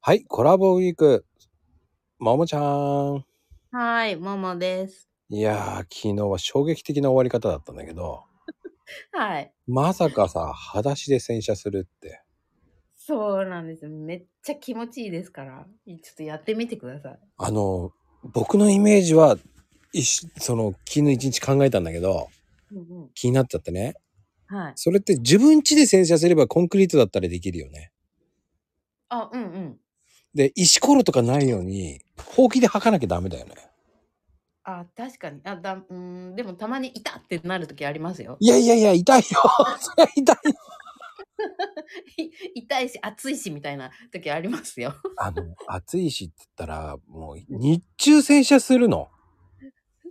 はい、コラボウィーク、ももちゃん。はい、ももです。いや、昨日は衝撃的な終わり方だったんだけど。はい。まさかさ、裸足で洗車するって。そうなんですよ。めっちゃ気持ちいいですから、いちょっとやってみてください。あの、僕のイメージは、いしその、昨日一日考えたんだけど、うんうん。気になっちゃってね。はい。それって自分家で洗車すればコンクリートだったらできるよね。あ、うんうん。で、石ころとかないように、ほうきで履かなきゃダメだよね。あ、確かに。あ、だうーん、でもたまに「痛っ！」ってなる時ありますよ。いやいやいや、痛いよ。 そりゃ痛いよ。 い痛いし、暑いしみたいな時ありますよ。 あの、暑いしって言ったら、もう日中洗車するの。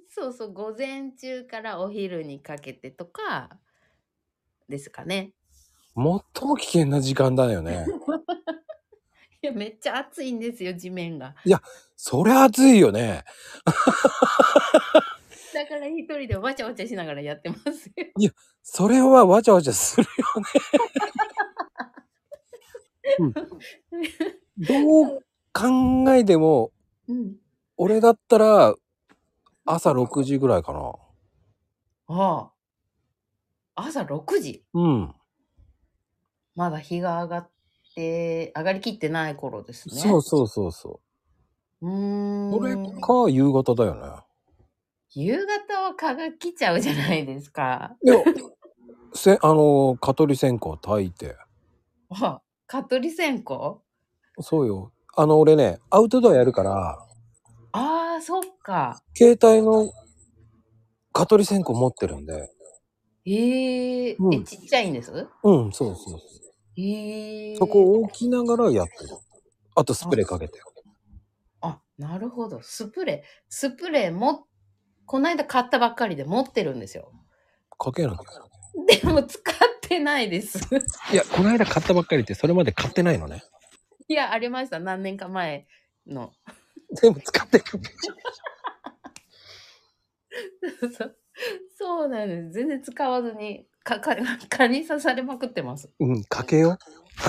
そうそう、午前中からお昼にかけてとかですかね。最も危険な時間だよね。いや、めっちゃ暑いんですよ、地面が。いや、そりゃ暑いよね。だから一人でわちゃわちゃしながらやってますよ。いや、それはわちゃわちゃするよね。うん、どう考えても、うん。俺だったら朝6時ぐらいかな。ああ、朝6時。うん。まだ日が上がって上がりきってない頃ですね。そうそうそうそうう。それーん。か夕方だよね。夕方は蚊が来ちゃうじゃないですか。いや、せ、 あの、蚊取り線香焚いて。あ、蚊取り線香そうよ。あの、俺ね、アウトドアやるから、ああ、そっか。携帯の蚊取り線香持ってるんで。ええうえ、ん。ちっちゃいんですうん、そうそうそう。そええこを置きながらやってる。あとスプあ、レーかけて。あ、なるほど。スプレー。スプレーも、こないだ買ったばっかりで持ってるんですよ。かけなきゃ。でも使ってないです。いや、この間買ったばっかりって、それまで買ってないの ね。いや、ありました。何年か前の。全部使ってる。 そうそうなんです。全然使わずに、か、か、 蚊に刺されまくってます。 うん、かけよう。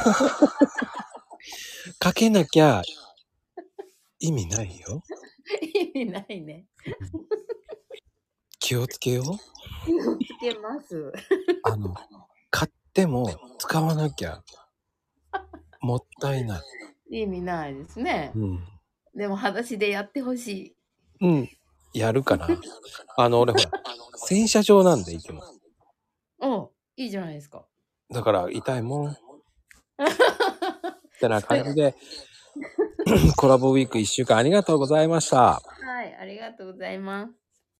かけなきゃ意味ないよ。意味ないね。気をつけよう。気をつけます。あの、買っても使わなきゃもったいない。意味ないですね。うん。でも、裸足でやってほしい。うん。やるかな。あの、俺ほら、洗車場なんで、いつも。うんいいじゃないですか。だから痛いもん。ってな感じで、コラボウィーク1週間ありがとうございました。はい、ありがとうございます。